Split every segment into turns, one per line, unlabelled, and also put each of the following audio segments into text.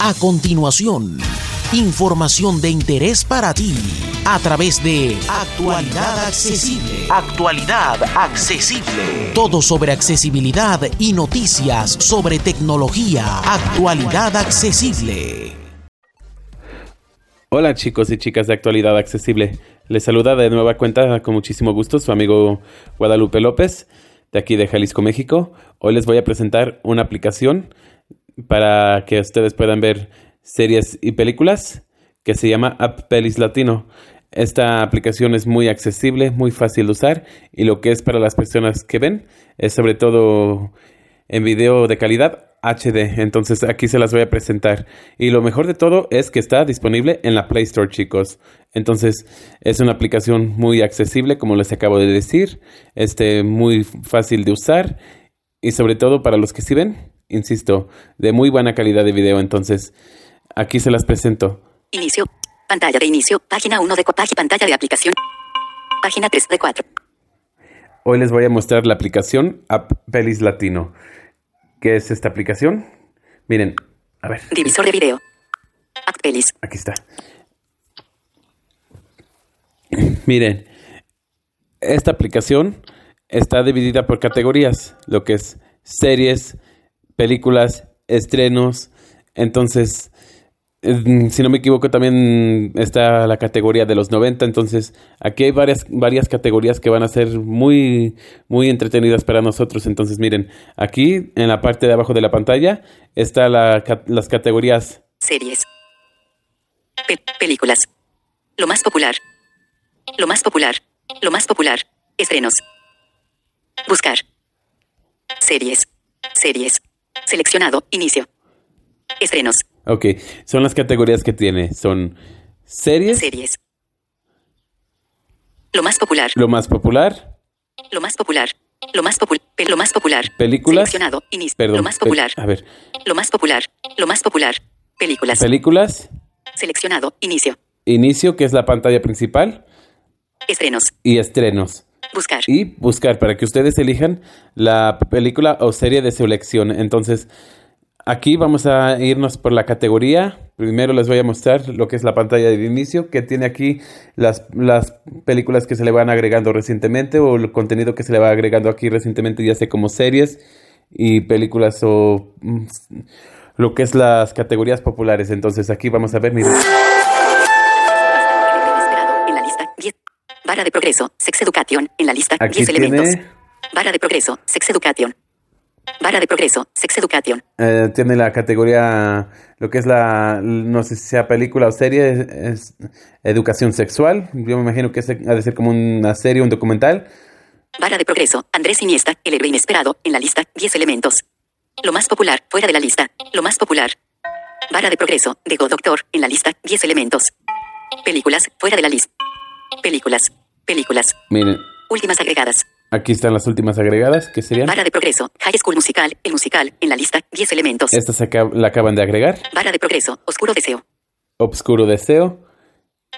A continuación, información de interés para ti a través de Actualidad Accesible. Actualidad Accesible. Todo sobre accesibilidad y noticias sobre tecnología. Actualidad Accesible.
Hola chicos y chicas de Actualidad Accesible. Les saluda de nueva cuenta con muchísimo gusto su amigo Guadalupe López de aquí de Jalisco, México. Hoy les voy a presentar una aplicación para que ustedes puedan ver series y películas que se llama App Pelis Latino. Esta aplicación es muy accesible, muy fácil de usar y lo que es para las personas que ven es sobre todo en video de calidad HD. Entonces aquí se las voy a presentar. Y lo mejor de todo es que está disponible en la Play Store, chicos. Entonces es una aplicación muy accesible, como les acabo de decir. Este, muy fácil de usar. Y sobre todo para los que sí ven, insisto, de muy buena calidad de video. Entonces aquí se las presento.
Inicio. Pantalla de inicio. Página 1 de página, pantalla de aplicación. Página 3 de 4.
Hoy les voy a mostrar la aplicación App Pelis Latino. ¿Qué es esta aplicación? Miren, a ver.
Divisor de video. App Pelis.
Aquí está. Miren, esta aplicación está dividida por categorías, lo que es series, películas, estrenos. Entonces, mm, si no me equivoco, también está la categoría de los 90. Entonces, aquí hay varias, varias categorías que van a ser muy, muy entretenidas para nosotros. Entonces, miren, aquí en la parte de abajo de la pantalla están la, las categorías.
Series. Pe- películas. Lo más popular. Lo más popular. Lo más popular. Estrenos. Buscar. Series. Series. Seleccionado. Inicio. Estrenos.
Ok, son las categorías que tiene. Son series.
Series. Lo más popular.
Lo más popular.
Lo más popular. Lo más popular. Lo más popular.
Películas.
Seleccionado. Inicio.
Perdón,
lo más
pe-
popular.
a ver.
Lo más popular. Lo más popular. Películas.
Películas.
Seleccionado. Inicio.
Inicio, que es la pantalla principal.
Estrenos.
Y estrenos.
Buscar.
y buscar para que ustedes elijan la película o serie de su elección. Entonces, aquí vamos a irnos por la categoría. Primero les voy a mostrar lo que es la pantalla de inicio, que tiene aquí las, las películas que se le van agregando recientemente o el contenido que se le va agregando aquí recientemente, ya sea como series y películas o mm, lo que es las categorías populares. Entonces, aquí vamos a ver, miren.
En la lista 10. Barra de progreso. Sex Education. En la lista
Aquí
10 Ah, elementos.
tiene,
Barra de progreso. Sex Education. Barra de progreso. Sex Education.
Eh, tiene la categoría, lo que es la, no sé si sea película o serie, es, es educación sexual. Yo me imagino que es, ha de ser como una serie, un documental.
Barra de progreso. Andrés Iniesta. El héroe inesperado. En la lista 10 elementos. Lo más popular. Fuera de la lista. Lo más popular. Barra de progreso. De Go Doctor. En la lista 10 elementos. Películas. Fuera de la lista. Películas. Películas.
Miren,
Últimas agregadas.
aquí están las últimas agregadas, que serían,
Barra de progreso. High School Musical. El musical. En la lista 10 elementos.
estas se acab- la acaban de agregar,
Barra de progreso. Oscuro deseo.
Obscuro Deseo.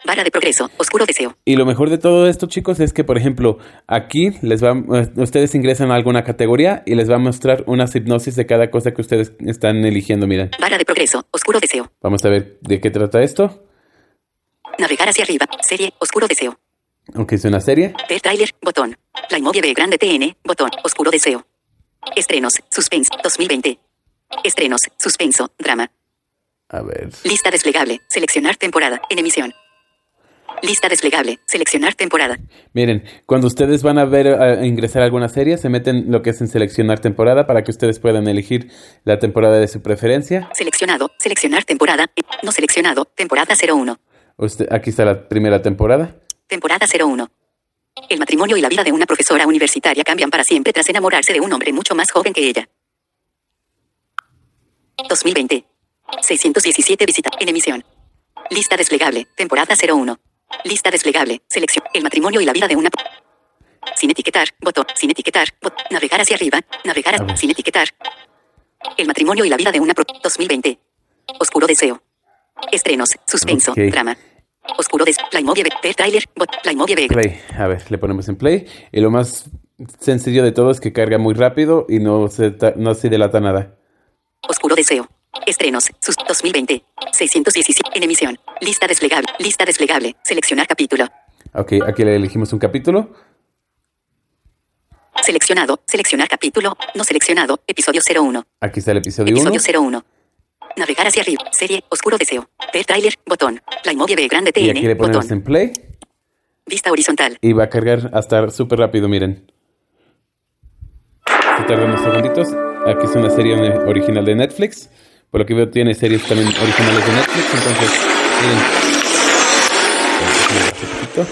Barra de progreso, oscuro deseo.
Y lo mejor de todo esto, chicos, es que, por ejemplo, aquí les va, eh, ustedes ingresan a alguna categoría y les va a mostrar una hipnosis de cada cosa que ustedes están eligiendo. Miren,
Barra de progreso, oscuro deseo.
vamos a ver de qué trata esto.
Navegar hacia arriba, serie, oscuro deseo.
Aunque es una serie.
Ver tráiler, botón. La inmóvil de grande TN, botón, oscuro deseo. Estrenos, suspense, 2020. Estrenos, suspenso, drama.
A ver.
Lista desplegable, seleccionar temporada, en emisión. Lista desplegable, seleccionar temporada.
Miren, cuando ustedes van a ver eh, a ingresar alguna serie, se meten lo que es en seleccionar temporada para que ustedes puedan elegir la temporada de su preferencia.
Seleccionado, seleccionar temporada, no seleccionado, temporada 01.
Usted- aquí está la primera temporada.
Temporada 01. El matrimonio y la vida de una profesora universitaria cambian para siempre tras enamorarse de un hombre mucho más joven que ella. 2020. 617 visitas en emisión. Lista desplegable, temporada 01. Lista desplegable, selección. El matrimonio y la vida de una... Sin etiquetar, botón, sin etiquetar, bot- navegar hacia arriba, navegar
A
hacia...
ver.
sin etiquetar. El matrimonio y la vida de una... pro- 2020. Oscuro deseo. Estrenos, suspenso,
Ok.
drama. Oscuro deseo, la inmóvil, ver trailer, bot, la inmóvil, ver-
Play. A ver, le ponemos en play. Y lo más sencillo de todo es que carga muy rápido y no se, ta- no se delata nada.
Oscuro deseo. Estrenos. Sus 2020. 617 en emisión. Lista desplegable. Lista desplegable. Seleccionar capítulo.
Ok, aquí le elegimos un capítulo.
Seleccionado. Seleccionar capítulo. No seleccionado. Episodio 01.
Aquí está el episodio 1.
Episodio 01. Navegar hacia arriba. Serie. Oscuro deseo. Ver tráiler. Botón. La inmóvil de grande
Y aquí le este-
TN.
ponemos
Botón.
en play.
Vista horizontal.
Y va a cargar hasta súper rápido, miren. Se tarda unos segunditos. Aquí es una serie ne- original de Netflix. Por lo que veo, tiene series también originales de Netflix. Entonces, miren. Déjenme bajar un poquito.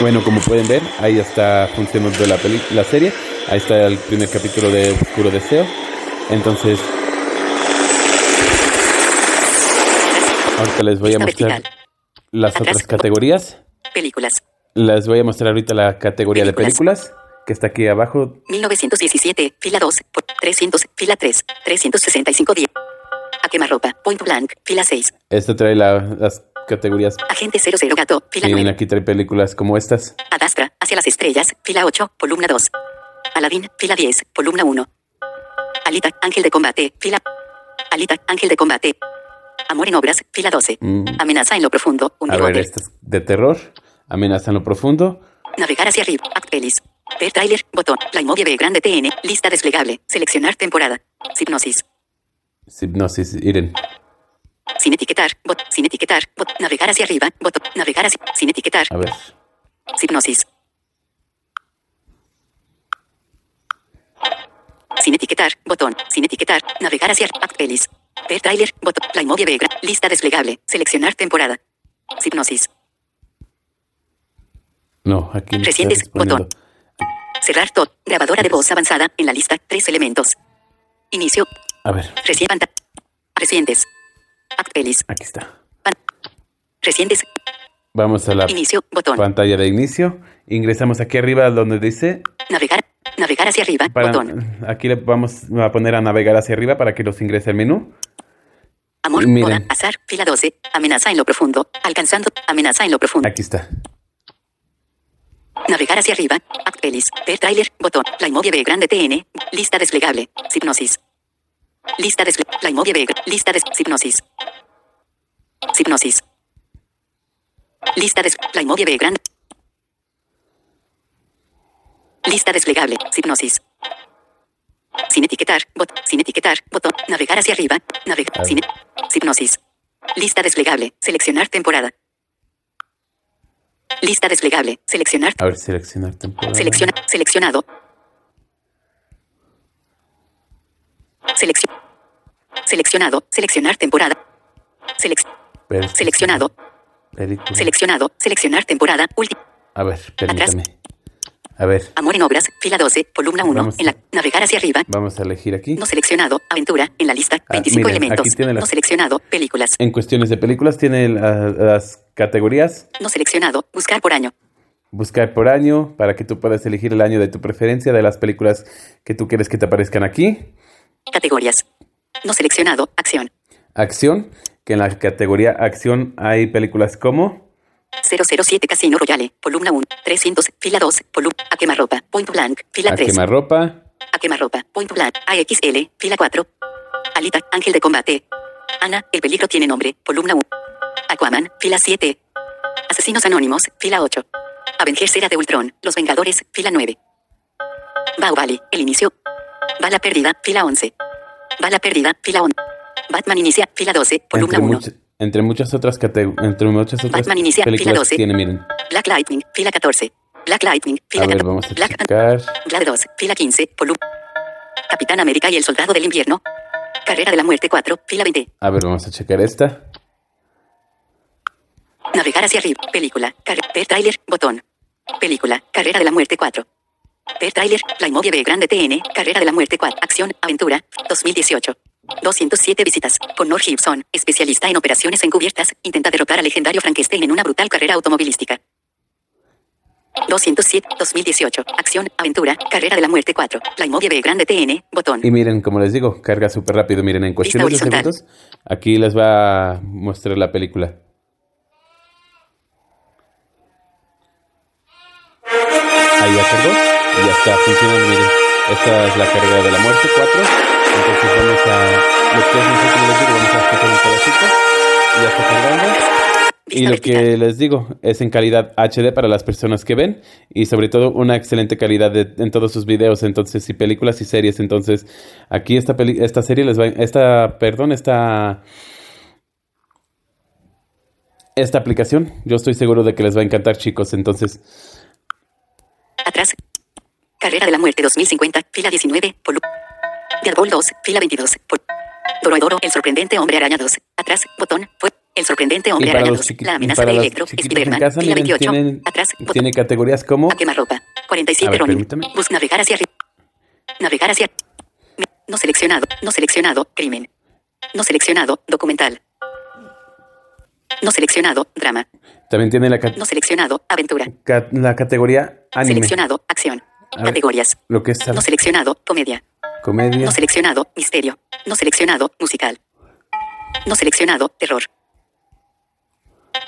Bueno, como pueden ver, ahí ya está funcionando la, peli- la serie. Ahí está el primer capítulo de Oscuro Deseo. Entonces, ahorita les voy a
Lista
mostrar
vertical.
las otras
Atrás.
categorías.
Películas.
Les voy a mostrar ahorita la categoría de películas, que está aquí abajo.
1917. Fila 2. por 300. Fila 3. 365 días. A quemarropa. Point blank. Fila 6.
Esta Este trae la- las categorías.
Agente 00 gato. Fila
Miren,
9.
aquí trae películas como estas.
Adastra. Hacia las estrellas. Fila 8. Columna 2. Aladín. Fila 10. Columna 1. Alita. Ángel de combate. Fila. Alita. Ángel de combate. Amor en obras. Fila 12.
Mm.
Amenaza en lo profundo. Ah, Un
A ver,
bigote.
estas de terror. Amenaza en lo profundo.
Navegar hacia arriba. Act Pelis. Ver trailer. Botón. La inmóvil de grande TN. Lista desplegable. Seleccionar temporada. Hipnosis.
Hipnosis, Iren.
Sin etiquetar. Bot. Sin etiquetar. Bot. Navegar hacia arriba. Botón. Navegar hacia. Sin etiquetar.
A ver.
Hipnosis. Sin etiquetar. Botón. Sin etiquetar. Navegar hacia Act Pelis. Ver trailer. Botón. La inmóvil de gran- Lista desplegable. Seleccionar temporada. Hipnosis.
No, aquí no está
Recientes,
disponiendo.
botón. Cerrar todo. Grabadora de voz avanzada. En la lista. Tres elementos. Inicio.
A ver,
Recién panta- Recientes. Act Pelis.
aquí está.
Pan- Recientes.
Vamos a la
Inicio. Botón.
pantalla de inicio. Ingresamos aquí arriba donde dice.
Navegar. Navegar hacia arriba.
para-
Botón.
aquí le vamos a poner a navegar hacia arriba para que nos ingrese el menú.
Amor.
Miren.
Boda. Azar. Fila 12. Amenaza en lo profundo. Alcanzando. Amenaza en lo profundo.
Aquí está.
Navegar hacia arriba. Act Pelis. Ver trailer. Botón. La inmóvil de grande TN. Lista desplegable. Hipnosis. Lista desplegable. La inmóvil de gr- Lista de hipnosis. Hipnosis. Lista des la inmóvil de grande. Lista desplegable. Hipnosis. Sin etiquetar. Bot. Sin etiquetar. Botón. Navegar hacia arriba.
A ver.
Navegar. Sin e- hipnosis. Lista desplegable. Seleccionar temporada. Lista desplegable. Seleccionar.
A ver, seleccionar temporada.
Selecciona, seleccionado. Seleccio- seleccionado, seleccionar temporada. Selec-
Pero-
seleccionado,
Película.
seleccionado, seleccionar temporada. Último.
A ver, permítame. A ver,
Amor en obras, fila 12, columna 1.
Vamos.
En la navegar hacia arriba.
vamos a elegir aquí.
No seleccionado, aventura, en la lista,
Ah,
25
miren,
elementos.
aquí tiene las-
No seleccionado, películas.
En cuestiones de películas tiene la- las categorías.
No seleccionado, buscar por año.
Buscar por año para que tú puedas elegir el año de tu preferencia de las películas que tú quieres que te aparezcan aquí.
Categorías. No seleccionado, acción.
Acción, que en la categoría acción hay películas como
007 Casino Royale, columna 1, 300, fila 2, columna, a quemarropa, point blank, fila
A
3.
quemarropa,
A quemarropa. Point blank. AXL. Fila 4. Alita. Ángel de combate. Ana. El peligro tiene nombre. Columna 1. Aquaman. Fila 7. Asesinos anónimos. Fila 8. Avengers era de Ultron. Los Vengadores. Fila 9. Baobali. El inicio. Bala perdida. Fila 11. Bala perdida. Fila 11. Batman inicia. Fila 12. Columna
entre,
1.
much- entre muchas otras cate- entre muchas otras
Batman inicia, fila
películas
12.
tiene, miren.
Black Lightning. Fila 14. Black Lightning. Fila
A ver,
14.
vamos a
Black
checar.
Vlad 2, fila 15, Polu. Capitán América y el Soldado del Invierno. Carrera de la Muerte 4, fila 20.
A ver, vamos a checar esta.
Navegar hacia arriba, película, carrera, ver trailer, botón. Película, Carrera de la Muerte 4. Ver trailer, la inmóvil de grande TN, Carrera de la Muerte 4, acción, aventura, 2018. 207 visitas. Connor Gibson, especialista en operaciones encubiertas, intenta derrotar al legendario Frankenstein en una brutal carrera automovilística. 207, 2018. Acción, aventura, carrera de la muerte 4. La inmóvil B grande TN, botón.
Y miren, como les digo, carga súper rápido. Miren, en cuestión de
horizontal.
segundos, aquí les va a mostrar la película. Ahí ya cargó y ya está funcionando. Miren, esta es la carga de la muerte 4. Entonces vamos a. Lo que es, no sé cómo les digo, vamos a escoger un pedacito. Ya está cargando. Y
Vista
lo
vertical.
que les digo es en calidad HD para las personas que ven y sobre todo una excelente calidad de- en todos sus videos, entonces y películas y series. Entonces aquí esta peli- esta serie les va esta perdón esta esta aplicación yo estoy seguro de que les va a encantar chicos. Entonces
Atrás. Carrera de la muerte 2050, fila 19, por Diabol 2, fila 22, por Doroidoro, el sorprendente hombre araña 2. Atrás, botón, fue el sorprendente
y
hombre
para
araña
los
2.
chiqui-
La
y
amenaza
para
de
los
Electro,
chiquitos en
Spiderman,
casa
fila
miren
28.
tienen
Atrás, botón,
tiene categorías como
a quemarropa. 47
A ver,
Ronin.
permítame.
Bus navegar hacia arriba. Navegar hacia. Me- No seleccionado, no seleccionado, crimen. No seleccionado, documental. No seleccionado, drama.
también tiene la, ca-
No seleccionado, aventura.
ca- la categoría anime,
Seleccionado, acción.
A ver.
Categorías.
lo que es
No seleccionado, comedia.
comedia,
No seleccionado, misterio. No seleccionado, musical. No seleccionado, terror.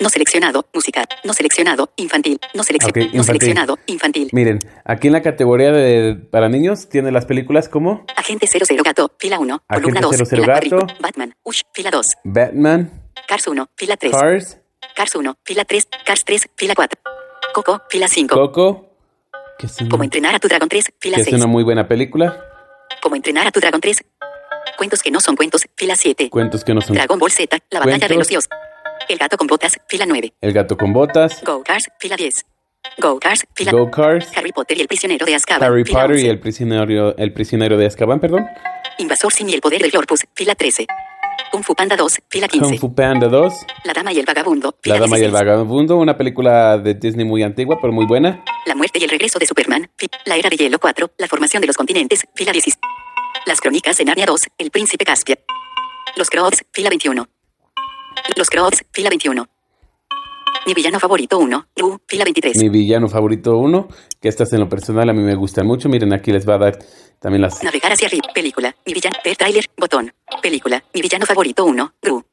No seleccionado, musical. No seleccionado, infantil. No, seleccio-
Ok,
no
infantil.
seleccionado, infantil.
Miren, aquí en la categoría de para niños tiene las películas como
Agente 00 Gato, fila 1. Columna
Agente 00
2. fila
Gato.
cuadrícula. Batman, Ush, fila 2.
Batman,
Cars 1, fila 3.
Cars,
Cars 1, fila 3. Cars 3, fila 4. Coco, fila 5.
Coco, que es
Como
una,
entrenar a tu dragón 3, fila
que es
6.
una muy buena película,
Como entrenar a tu dragón 3. Cuentos que no son cuentos, fila 7.
cuentos que no son
Dragon Ball Z, la batalla de
Cuentos.
los dioses. El gato con botas, fila 9.
El gato con botas,
Go Cars, fila 10. Go Cars, fila
Go Cars,
Harry Potter y el prisionero de Azkaban.
Harry
fila
Potter y
11.
el prisionero el prisionero de Azkaban, perdón,
Invasor sin y el poder del Glorpus, fila 13. Kung Fu Panda 2, fila
Kung
15.
Fu Panda 2,
La dama y el vagabundo, fila
La dama y el
16.
vagabundo, una película de Disney muy antigua pero muy buena.
La muerte y el regreso de Superman. fi- La era de hielo 4. La formación de los continentes. Fila 16. Las crónicas de Narnia 2. El príncipe Caspia. Los Crocs. Fila 21. Los Crocs. Fila 21. Mi villano favorito 1. Lu. Fila 23.
Mi villano favorito uno, que estas en lo personal a mí me gustan mucho. Miren, aquí les va a dar también las
Navegar hacia arriba. Película. Mi villano. Ver trailer. Botón. Película. Mi villano favorito 1. Gru.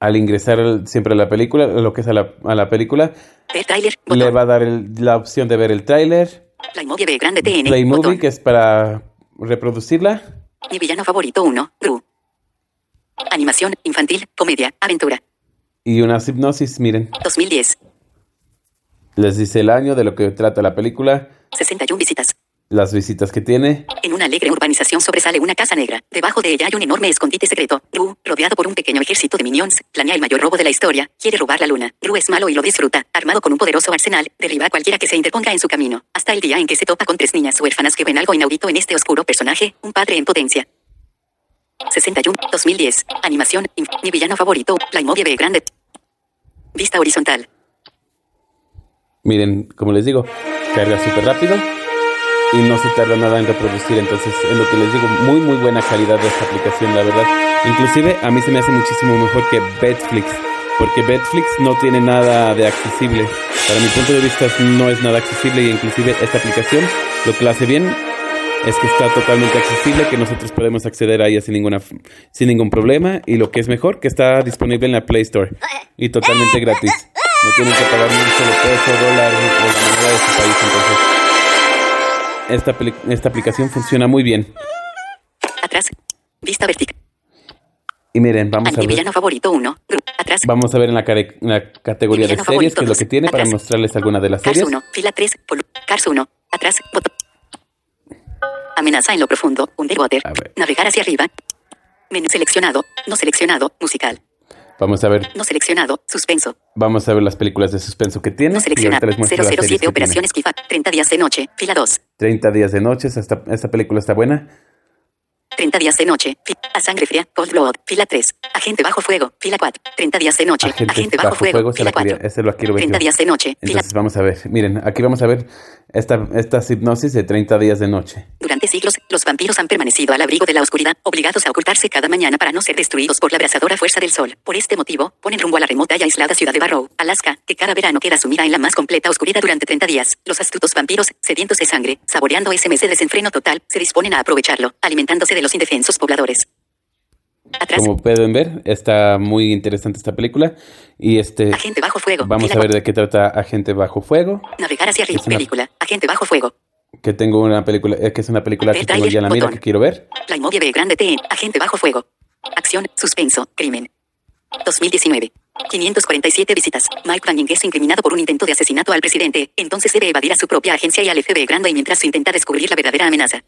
al ingresar al- siempre a la película, lo que es a la, a la película,
Ver trailer.
le
Botón.
va a dar el- la opción de ver el tráiler,
Playmovie B. Grande TN.
Play Movie,
botón.
que es para reproducirla,
Mi villano favorito 1. Gru. Animación. Infantil. Comedia. Aventura.
y una hipnosis, miren,
2010.
les dice el año de lo que trata la película,
61 visitas.
las visitas que tiene,
En una alegre urbanización sobresale una casa negra. Debajo de ella hay un enorme escondite secreto. Gru, rodeado por un pequeño ejército de minions, planea el mayor robo de la historia. Quiere robar la luna. Gru es malo y lo disfruta. Armado con un poderoso arsenal, derriba a cualquiera que se interponga en su camino. Hasta el día en que se topa con tres niñas huérfanas que ven algo inaudito en este oscuro personaje, un padre en potencia. 61, 2010. Animación, inf- mi villano favorito, la inmóvil B grande. Vista horizontal.
miren, como les digo, carga súper rápido y no se tarda nada en reproducir, entonces es lo que les digo, muy muy buena calidad de esta aplicación, la verdad. Inclusive a mí se me hace muchísimo mejor que Betflix, porque Betflix no tiene nada de accesible. Para mi punto de vista no es nada accesible y inclusive esta aplicación lo que la hace bien es que está totalmente accesible, que nosotros podemos acceder a ella sin, ninguna, sin ningún problema y lo que es mejor, que está disponible en la Play Store y totalmente gratis. No tienen que pagar ni un solo peso, dólar o la moneda de su país. Entonces, esta, peli- esta aplicación funciona muy bien.
Atrás. Vista vertical.
Y miren, vamos a
Mi
ver,
villano favorito 1. Gru, atrás.
vamos a ver en la, care- en la categoría de
Villano
series,
favorito
que es lo
dos.
que tiene, para
Atrás.
mostrarles alguna de las
Cars
series.
1, fila 3, polu- Cars 1, atrás, botón. Amenaza en lo profundo, underwater,
A ver.
navegar hacia arriba. Menú seleccionado, no seleccionado, musical,
Vamos a ver,
no seleccionado, suspenso,
vamos a ver las películas de suspenso que tiene.
no
y ahorita
seleccionado,
les muestro las series
007,
que tiene.
operación esquiva, 30 días de noche, fila 2,
30 días de noches, esta, esta película está buena.
30 días de noche, fi- a sangre fría, cold blood, fila 3, agente bajo fuego, fila 4, 30 días de noche, agente,
Agentes
bajo, fuego,
se
fila
la quería,
4,
ese lo quiero ver
30
yo.
días de noche, fila
Entonces vamos a ver, miren, aquí vamos a ver esta, estas hipnosis de 30 días de noche.
durante durante siglos, los vampiros han permanecido al abrigo de la oscuridad, obligados a ocultarse cada mañana para no ser destruidos por la abrasadora fuerza del sol. Por este motivo, ponen rumbo a la remota y aislada ciudad de Barrow, Alaska, que cada verano queda sumida en la más completa oscuridad durante 30 días. Los astutos vampiros, sedientos de sangre, saboreando ese mes de desenfreno total, se disponen a aprovecharlo, alimentándose de los indefensos pobladores. Atrás.
Como pueden ver, está muy interesante esta película. Y este,
Agente bajo fuego.
vamos
Fila
a ver
cuatro.
de qué trata Agente Bajo Fuego.
Navegar hacia arriba.
Es una-
Película. Agente bajo fuego.
Que tengo una película, eh, que es una película que
El
tengo
tráiler,
ya en la mira
botón.
que quiero ver.
La inmobiliaria de Grande T. Agente bajo fuego. Acción, suspenso, crimen. 2019. 547 visitas. Mike Lanning es incriminado por un intento de asesinato al presidente. Entonces debe evadir a su propia agencia y al FBI Grande mientras intenta descubrir la verdadera amenaza.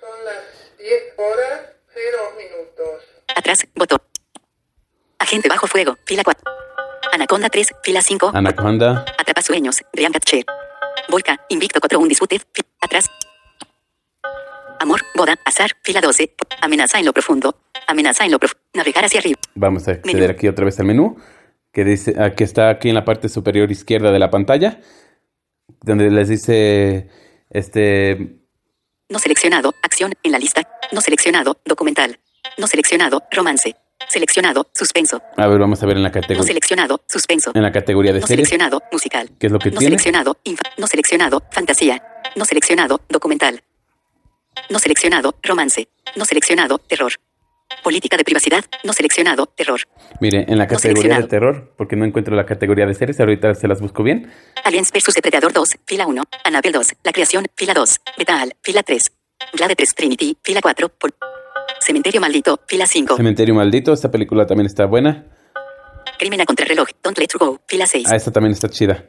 Son las 10 horas 0 minutos.
Atrás, botón. Agente bajo fuego, fila 4. Anaconda 3, fila 5.
Anaconda.
Atrapa sueños, de Ian Gatcher. Volca, Invicto 4, Undisputed, fi- atrás. Amor, boda, azar, fila 12. Amenaza en lo profundo. Amenaza en lo profundo. Navegar hacia arriba.
Vamos a acceder
Menú.
aquí otra vez al menú, que dice, ah, que está aquí en la parte superior izquierda de la pantalla, donde les dice, este,
No seleccionado, acción, en la lista. No seleccionado, documental. No seleccionado, romance. Seleccionado, suspenso.
a ver, vamos a ver en la
No
categoría,
seleccionado, suspenso.
en la categoría de
No
series,
seleccionado, musical.
qué es lo que
No
tiene.
seleccionado, infa- no seleccionado, fantasía. No seleccionado, documental. No seleccionado, romance. No seleccionado, terror. Política de privacidad, no seleccionado, terror.
Mire, en la categoría de
seleccionado.
terror, porque no encuentro la categoría de series, ahorita se las busco bien.
Aliens vs Depredador 2, fila 1. Annabelle 2, La Creación, fila 2. Betal, fila 3. Glade 3 Trinity, fila 4. Pol- Cementerio Maldito, fila 5.
Cementerio Maldito, esta película también está buena.
Crimen a contrarreloj, Don't Let You Go, fila 6.
Ah, esta también está chida.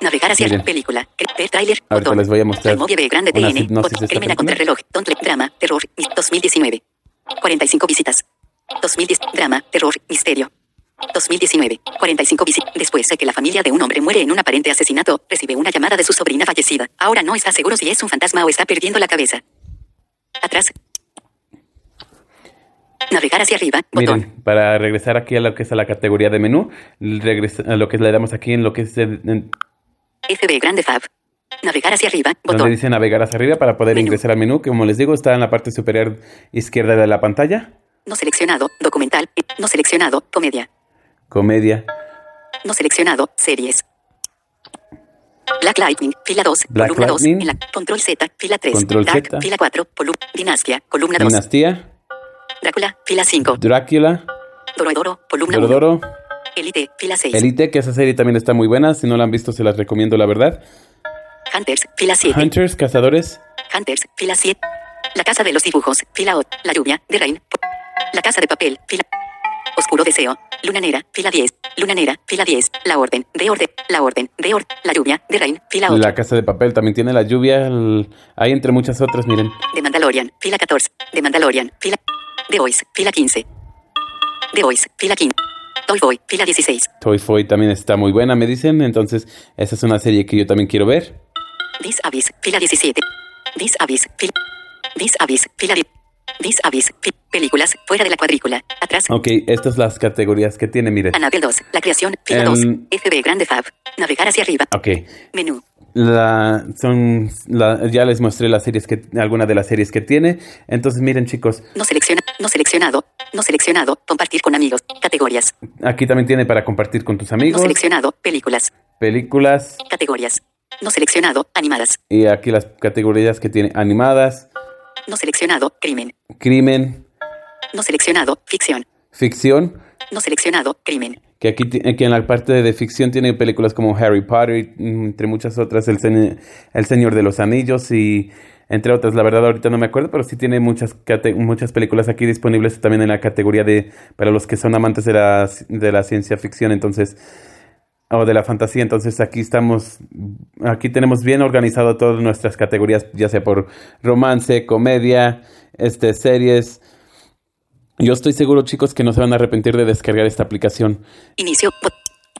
Navegar hacia
miren.
la película. Cre- Ver trailer,
Ahorita les voy a mostrar
Movie B grande
una
TN.
sinopsis
botón.
de esta
Crimen a
película.
contrarreloj. Don't Let- Drama, terror, mis- 2019. 45 visitas. 2010. Drama, terror, misterio. 2019. 45 visitas. Después de que la familia de un hombre muere en un aparente asesinato, recibe una llamada de su sobrina fallecida. Ahora no está seguro si es un fantasma o está perdiendo la cabeza. Atrás. Navegar hacia arriba. Botón.
Miren, para regresar aquí a lo que es a la categoría de menú, regresa- a lo que le damos aquí en lo que es de- en-
FB grande Fab. Navegar hacia arriba.
donde
Botón.
dice navegar hacia arriba para poder
Menú.
ingresar al menú, que como les digo está en la parte superior izquierda de la pantalla.
No seleccionado. Documental. No seleccionado. Comedia.
Comedia.
No seleccionado. Series. Black Lightning, fila 2,
Black
columna 2,
Lightning.
en la- Control Z, fila 3,
Control
Dark,
Z.
fila 4, polu- Dinastia, columna 2,
Dinastía.
Drácula, fila 5,
Drácula.
Dorodoro, columna 1,
Dorodoro.
Elite, fila 6,
Elite, que esa serie también está muy buena. Si no la han visto, se las recomiendo, la verdad.
Hunters, fila 7,
Hunters, Cazadores.
Hunters, fila 7, La Casa de los Dibujos, fila 8, La Lluvia, de Rain, po- La Casa de Papel, fila... Oscuro Deseo, Luna Negra, fila 10, Luna Negra, fila 10, La Orden, de Orden, La Orden, de Orden, La Lluvia, de Rain, fila 8,
La Casa de Papel también tiene La Lluvia. el- Ahí entre muchas otras, miren.
De Mandalorian, fila 14. De Mandalorian, fila. The Voice, fila 15. The Voice, fila 15. Toy Boy, fila 16.
Toy Foy también está muy buena, me dicen. Entonces, esa es una serie que yo también quiero ver.
This Abyss, fila 17. This Abyss, fila. This Abyss, fila 10. This Abyss, fi- películas, fuera de la cuadrícula. Atrás,
Ok, estas las categorías que tiene, miren.
Annabelle 2, la creación, fila
Em.
2. FB Grande Fab, navegar hacia arriba.
Ok,
Menú,
La, son, la- ya les mostré las series que, alguna de las series que tiene. Entonces, miren, chicos,
no selecciona, no seleccionado, no seleccionado, compartir con amigos, categorías.
aquí también tiene para compartir con tus amigos,
No seleccionado, películas,
películas,
categorías. No seleccionado, animadas.
y aquí las categorías que tiene animadas,
No seleccionado, crimen.
crimen,
No seleccionado, ficción.
ficción,
No seleccionado, crimen.
que aquí, ti- aquí en la parte de ficción tiene películas como Harry Potter, mm, entre muchas otras, El, Señ- El Señor de los Anillos y entre otras. La verdad ahorita no me acuerdo, pero sí tiene muchas, cate- muchas películas aquí disponibles también en la categoría de para los que son amantes de la, ci- de la ciencia ficción, entonces o de la fantasía, entonces aquí estamos, aquí tenemos bien organizado todas nuestras categorías, ya sea por romance, comedia, este, series. Yo estoy seguro, chicos, que no se van a arrepentir de descargar esta aplicación.
Inicio. bot-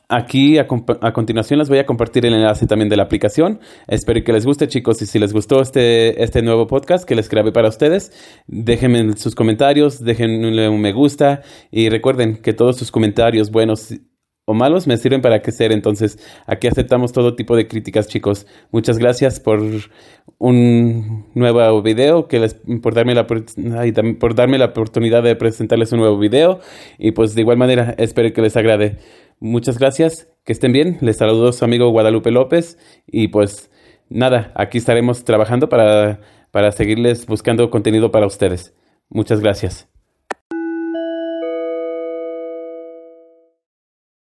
Aquí a, compa- a continuación les voy a compartir el enlace también de la aplicación. Espero que les guste, chicos. Y si les gustó este, este nuevo podcast que les grabé para ustedes, déjenme sus comentarios, déjenme un me gusta. Y recuerden que todos sus comentarios, buenos o malos, me sirven para crecer. Entonces, aquí aceptamos todo tipo de críticas, chicos. Muchas gracias por un nuevo video, que les, por, darme la, por- ay, tam- por darme la oportunidad de presentarles un nuevo video. Y pues de igual manera, espero que les agrade. Muchas gracias, que estén bien. Les saludo su amigo Guadalupe López. Y pues nada, aquí estaremos trabajando para, para seguirles buscando contenido para ustedes. Muchas gracias.